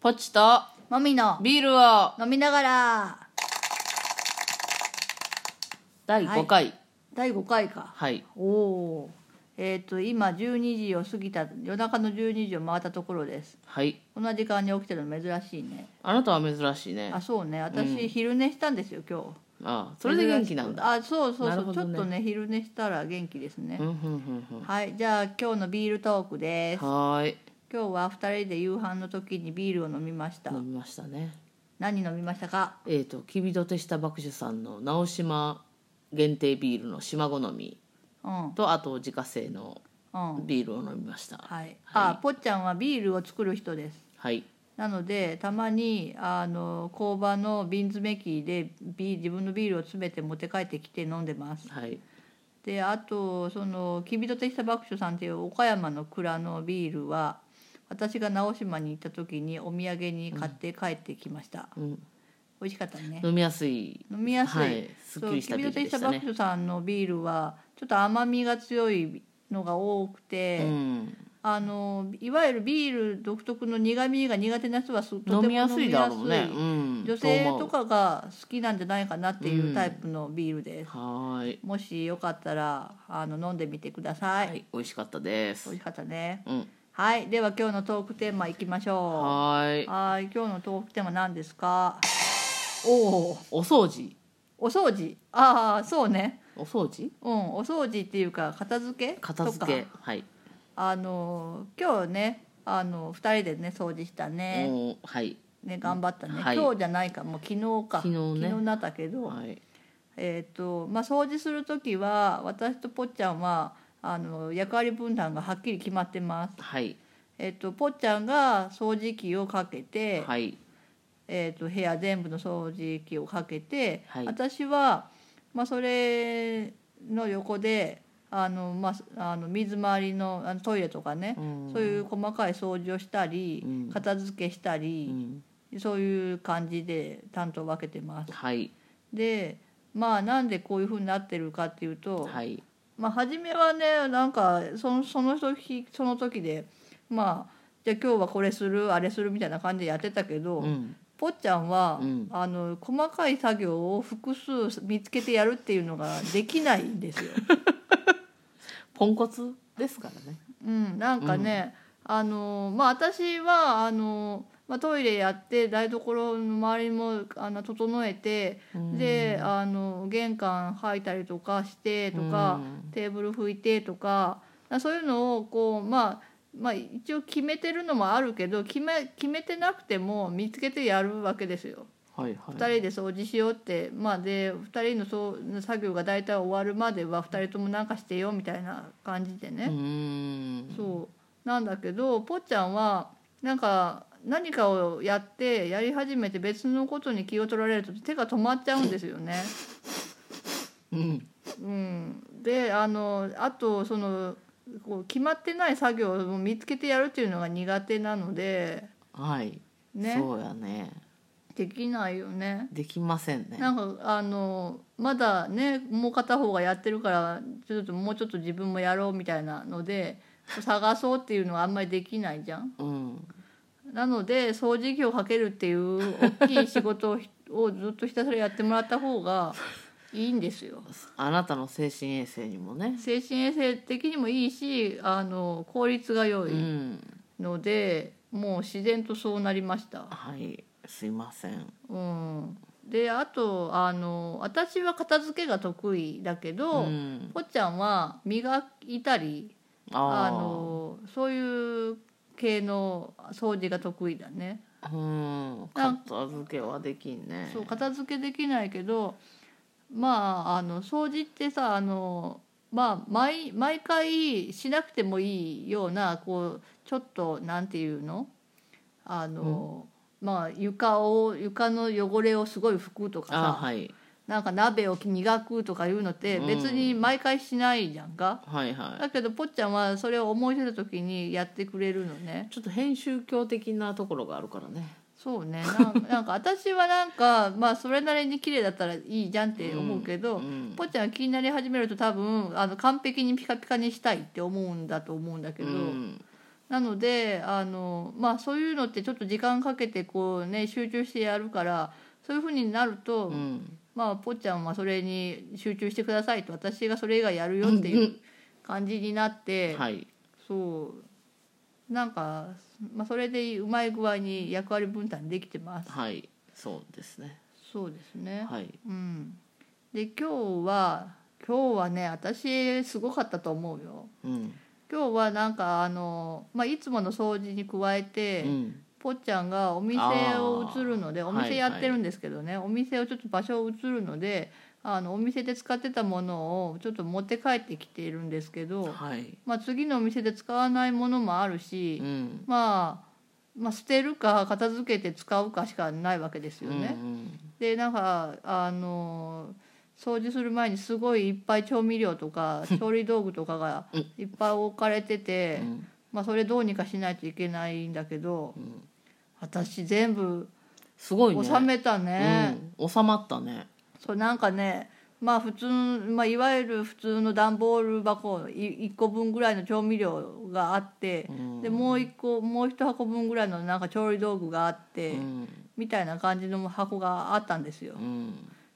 ポチともみのビールを飲みながら第5回第5回かはい、おおえっ、と今12時を過ぎた夜中の12時を回ったところですはいこんな時間に起きてるの珍しいねあなたは珍しいねあそうね私、昼寝したんですよ今日ああそれで元気なんだだあそうそうなそるう、ほちどょねっとね昼寝したら元気ですねうんうんうんはいじゃあ今日のビールトークうでんすはーい今日は2人で夕飯の時にビールを飲みました飲みましたね何飲みましたかえー、ときびどてした爆酒さんの直島限定ビールの島好みうんとあと自家製のうんビールを飲みましたはい、あぽっちゃんはビールを作る人ですはいなのでたまにあの工場の瓶詰め機でビ自分のビールを詰めて持って帰ってきて飲んでますはいであとそのきびとてした爆笑さんっていう岡山の蔵のビールは私が直島に行った時にお土産に買って帰ってきました、うん美味しかったね飲みやすい飲みやすい、はいすっそうきりした君ビールので手し下たバねックさんのビールはちょっと甘みが強いのが多くて、うんあのいわゆるビール独特の苦みが苦手な人はすとても飲みやすいだろうね飲うみやすんい女性思とうかが好きなんじゃないかなっていうタイプのビールです、はーいもしよかったらあの飲んでみてください、はい美味しかったです美味しかったねうんはいでは今日のトークテーマいきましょはーういはい今日のトークテーマ何ですかおおお掃除お掃除ああそうねお掃除うん、お掃除っていうか片付け片付とけかはいあの今日ねあの2人でね掃除したね,、おーはいね頑張ったね、はい今日じゃないかもう昨日か昨日ねだったけど、はいえっ、とまあ掃除する時は私とぽっちゃんはあの役割分担がはっきり決まってます。はいえっ、とぽっちゃんが掃除機をかけて、はいえー、と部屋全部の掃除機をかけて、はい私は、まあ、それの横であの、まあ、あの水回りのあのトイレとかね、うんそういう細かい掃除をしたり、うん片付けしたうり、んそういう感じで担当分けてます。はいでまあなんでこういうふうになってるかっていうと、はいまあ初めはねなんかそのその時その時でまあじゃあ今日はこれするあれするみたいな感じでやってたけど。うんぽっちゃんは、うんあの細かい作業を複数見つけてやるっていうのができないんですよ。ポンコツですからねうん、なんかね、あのまあ私はあの、まあ、トイレやって台所の周りもあの整えて、うんであの玄関掃いたりとかしてとか、うテーブル拭いてとかそういうのをこうまあまあ一応決めてるのもあるけど決め決めてなくても見つけてやるわけですよ。はいはい2人で掃除しようってまあで2人のそう作業が大体終わるまでは2人ともなんかしてよみたいな感じでうね、ーんそうなんだけどぽっちゃんはなんか何かをやってやり始めて別のことに気を取られると手が止まっちゃうんですよ ね。うんうん、であのあとそのこう決まってない作業を見つけてやるっていうのが苦手なのではいねそうやねできないよね。できませんねなんかあのまだねもう片方がやってるからちょっともうちょっと自分もやろうみたいなので探そうっていうのはあんまりできないじゃん。うんなので掃除機をかけるっていう大きい仕事ををずっとひたすらやってもらった方がいいんですよ。あなたの精神衛生にもね精神衛生的にもいいしあの効率が良ういんので、もう自然とそうなりました。はいすいませんうん、であとあの私は片付けが得意だけど。んぽっちゃんは磨いたりああーのそういう系の掃除が得意だね、うん片付けはできんねそう片付けできないけどまああの掃除ってさあのまあ毎毎回しなくてもいいようなこうちょっとなんていうのあの、まあ床を床の汚れをすごい拭くとかさあ、はいなんか鍋を磨くとかいうのって別に毎回しないじゃんか。はいはだけどぽっちゃんはそれを思い出た時にやってくれるのねいちょっと編集教的なところがあるからねそうねな んかなんか私はなんかまあそれなりに綺麗だったらいいじゃんって思うけど、うんぽっちゃんが気になり始めると多分あの完璧にピカピカにしたいって思うんだと思うんだけど、うんなのであの、まあ、そういうのってちょっと時間かけてこう、ね、集中してやるからそういうふうになると、うんまあ、ぽっちゃんはそれに集中してくださいと私がそれ以外やるよっていうう感じになって、はいそうなんか、まあ、それでうまい具合に役割分担できてます。はいそうですねそうですね、はいうん、で今日は今日はね私すごかったと思うよ。うん今日はなんかあの、まあ、いつもの掃除に加えて、うんぽっちゃんがお店を移るのであーお店やってるんですけどね、お店をちょっと場所を移るのであのお店で使ってたものをちょっと持って帰ってきているんですけど、はいまあ、次のお店で使わないものもあるし、うんまあ、まあ捨てるか片付けて使うかしかないわけですうよんうね。んでなんかあの掃除する前にすごいいっぱい調味料とか調理道具とかがうんいっぱい置かれてて、うんまあ、それどうにかしないといけないんだけどうん私全部すごいね収めたねうん、収まったねそうなんかねまあ普通、まあ、いわゆる普通の段ボール箱1個分ぐらいの調味料があってう、んでもう1個もう1箱分ぐらいのなんか調理道具があって、うんみたいな感じの箱があったんですよ。うん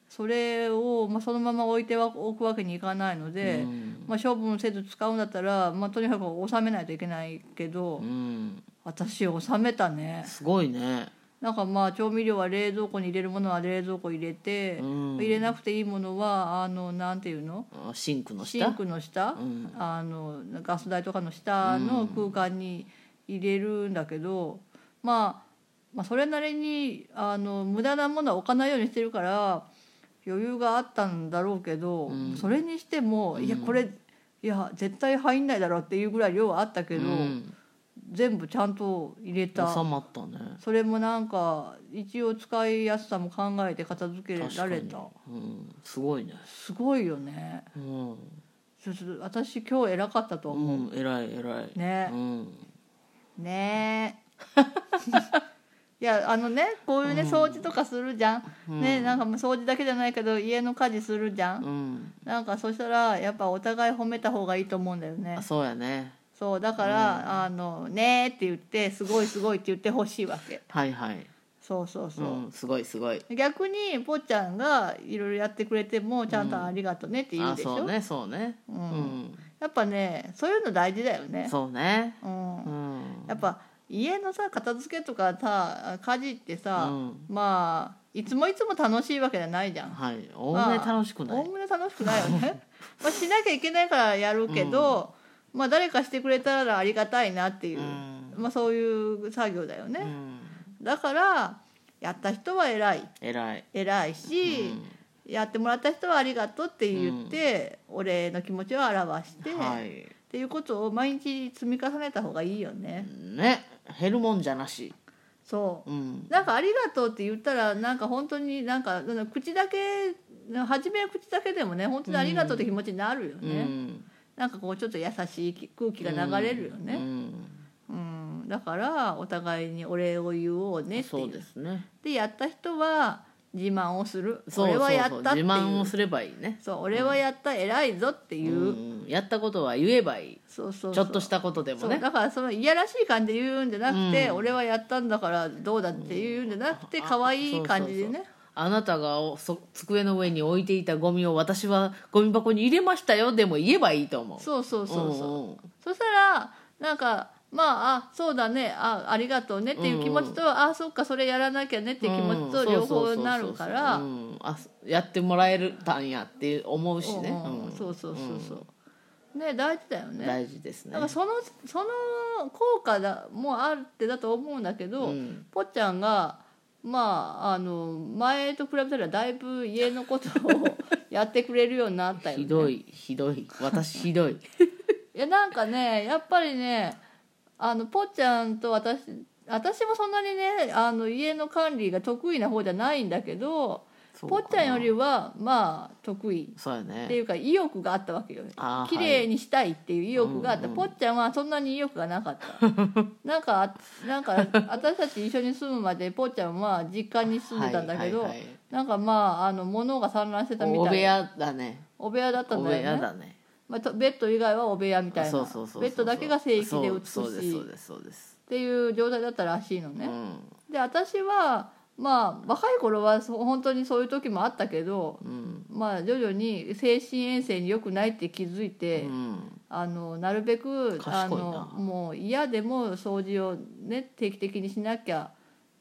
それを、まあ、そのまま置いてはおくわけにいかないので、うんまあ、処分せず使うんだったら、まあ、とにかく納めないといけないけど、うん私納めたねすごいねなんかまあ調味料は冷蔵庫に入れるものは冷蔵庫入れて、うん入れなくていいものはあのなんていうのあシンクのシン下クのう下、んあのガス台とかの下の空間に入れるんだけど、まあ、まあそれなりにあの無駄なものは置かないようにしてるから余裕があったんだろうけど、うんそれにしても、うんいやこれいや絶対入んないだろうっていうぐらい量はあったけど、うん全部ちゃんと入れ収た。まったねそれもなんか一応使いやすさも考えて片付け確らかれにたうんすごいねすごいよねうんちょっと私今日偉かったと思う、うん偉い偉いねうんねえいやあのねこういうねうん掃除とかするじゃん、うんねなんかもう掃除だけじゃないけど家の家事するじゃん、うんなんかそしたらやっぱお互い褒めた方がいいと思うんだよねあそうやねそうだから、あの「ねえ」って言って「すごいすごい」って言ってほしいわけはいはいそうそうそう、うんすごいすごい逆にぽっちゃんがいろいろやってくれてもちゃんと「ありがとうね」って言うあでしょ、そうねそうねううんんやっぱねそういうの大事だよねそうねうんうんやっぱ家のさ片付けとかさ家事ってさ、うんまあいつもいつも楽しいわけじゃないじゃんはいおおむね楽しくおなおいむね楽しくないよ ねまあしなきゃいけないからやるけど、まあ誰かしてくれたらありがたいなっていう、うんまあそういう作業だようね、んだからやった人は偉い偉い偉いうし、んやってもらった人はありがとうって言って、お礼の気持ちを表して、はいっていうことを毎日積み重ねた方がいいよね。ね減るもんじゃなしそううんなんか「ありがとう」って言ったらなんか本当になんかうん口だけ初めは口だけでもね本当に「ありがとう」って気持ちになるようね、んなんかこうちょっと優しい空気が流れるようね、んうんだからお互いにお礼を言おうねっていそううですねでやった人は自慢をするそう俺そうはやっそうたってい自う慢をすればいいねそう俺はやった偉いぞっていう、うんやったことは言えばいいそうそうそうちょっとしたことでもそうねだからそのいやらしい感じで言うんじゃなくて、うん俺はやったんだからどうだって言うんじゃなくてあ可愛い感じでねそうそうそうあなたがおそ机の上に置いていたゴミを私はゴミ箱に入れましたよでも言えばいいと思うそうそうそうそう、うんうんそしたらなんかまああそうだねあありがとうねっていう気持ちと、あそっかそれやらなきゃねっていう気持ちとうん両方になるからそうそうそうそううんあやってもらえたんやって思うしねうんうんんそうそうそうそうね大事だようんね大事ですねだからそのその効果だもあるってだと思うんだけど、うんぽっちゃんがまああの前と比べたらだいぶ家のことを やってくれるようになったよねひどいひどい私ひ どいいやなんかねやっぱりねあのぽっちゃんと私私もそんなにねあの家の管理が得意な方じゃないんだけどそうかぽっなちゃんよりはまあ得意そうやっていねうか意欲があったわけよあー綺麗にしたいっていう意欲があった、うんうんぽっちゃんはそんなに意欲がなかった なんかなんか私たち一緒に住むまでぽっちゃんは実家に住んでたんだけど、はいはいはいなんかまああの物が散乱してたみおた部い屋だねお部屋だったおん部だよ屋ねだねまあ、とベッド以外はお部屋みたいなそうそうそうそうベッドだけが聖域で美しそうそうですいそうっですそうです、ていう状態だったらしいのねう、んで私はまあ若い頃はそう本当にそういう時もあったけどうんまあ徐々に精神衛生に良くないって気づいて、うんあのなるべく賢いなあのもう嫌でも掃除をね定期的にしなきゃ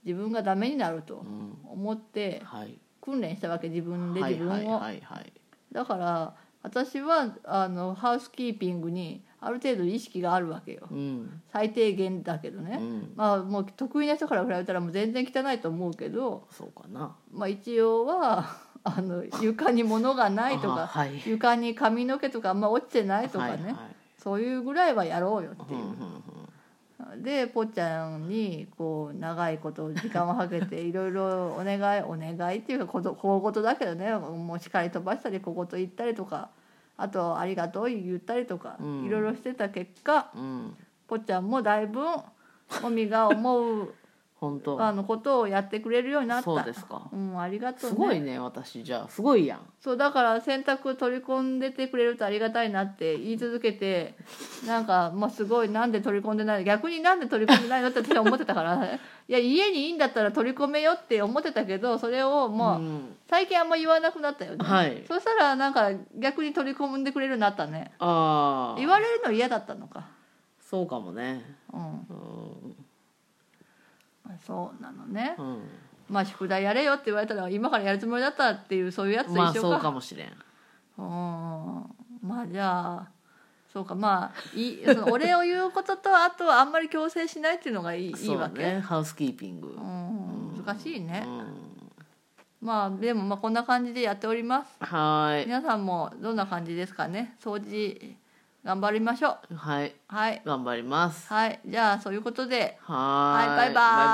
自分がダメになるとうん思ってはい訓練したわけ自分ではい自分を、はいはいはいだから私はあのハウスキーピングにある程度意識があるわけようん最低限だけどうね、んまあもう得意な人から比べたらもう全然汚いと思うけど、そうかなまあ、一応は あの床に物がないとあかはい床に髪の毛とかあんま落ちてないとかね、はいはいそういうぐらいはやろうよってういんうんう。うんでぽっちゃんにこう長いこと時間をかけていろいろお願いお 願いっていうかこと小言だけどねもう叱り飛ばしたり小言言ったりとかあと「ありがとう」言ったりとかうんいろいろしてた結果うんぽっちゃんもだいぶもみが思 う本当あのことをやってくれるようになった。そうですかうん、ありがとすう、ね、ごいね私じゃあすごいやんそうだから洗濯取り込んでてくれるとありがたいなって言い続けてなんかもうすごいなんで取り込んでないの逆になんで取り込んでないのって私は思ってたから いや家にいいんだったら取り込めよって思ってたけどそれをもううん最近あんま言わなくなったよね、はいそしたらなんか逆に取り込んでくれるようになったねあ言あわれるの嫌だったのかそうかもねうんうんそうなのねうんまあ宿題やれよって言われたら今からやるつもりだったっていうそういうやつと一緒まあか,、そうかもしれんうんまあじゃあそうかまあいいそのお礼を言うこととあとはあんまり強制しないっていうのが いい,、いいそうだわけ、ねハウスキーピングうん、難しいうね、んまあでもまあこんな感じでやっておりますはーい皆さんもどんな感じですかね掃除頑張りましょうはいはい頑張りますはいじゃあそういうことではーいはいバイバイ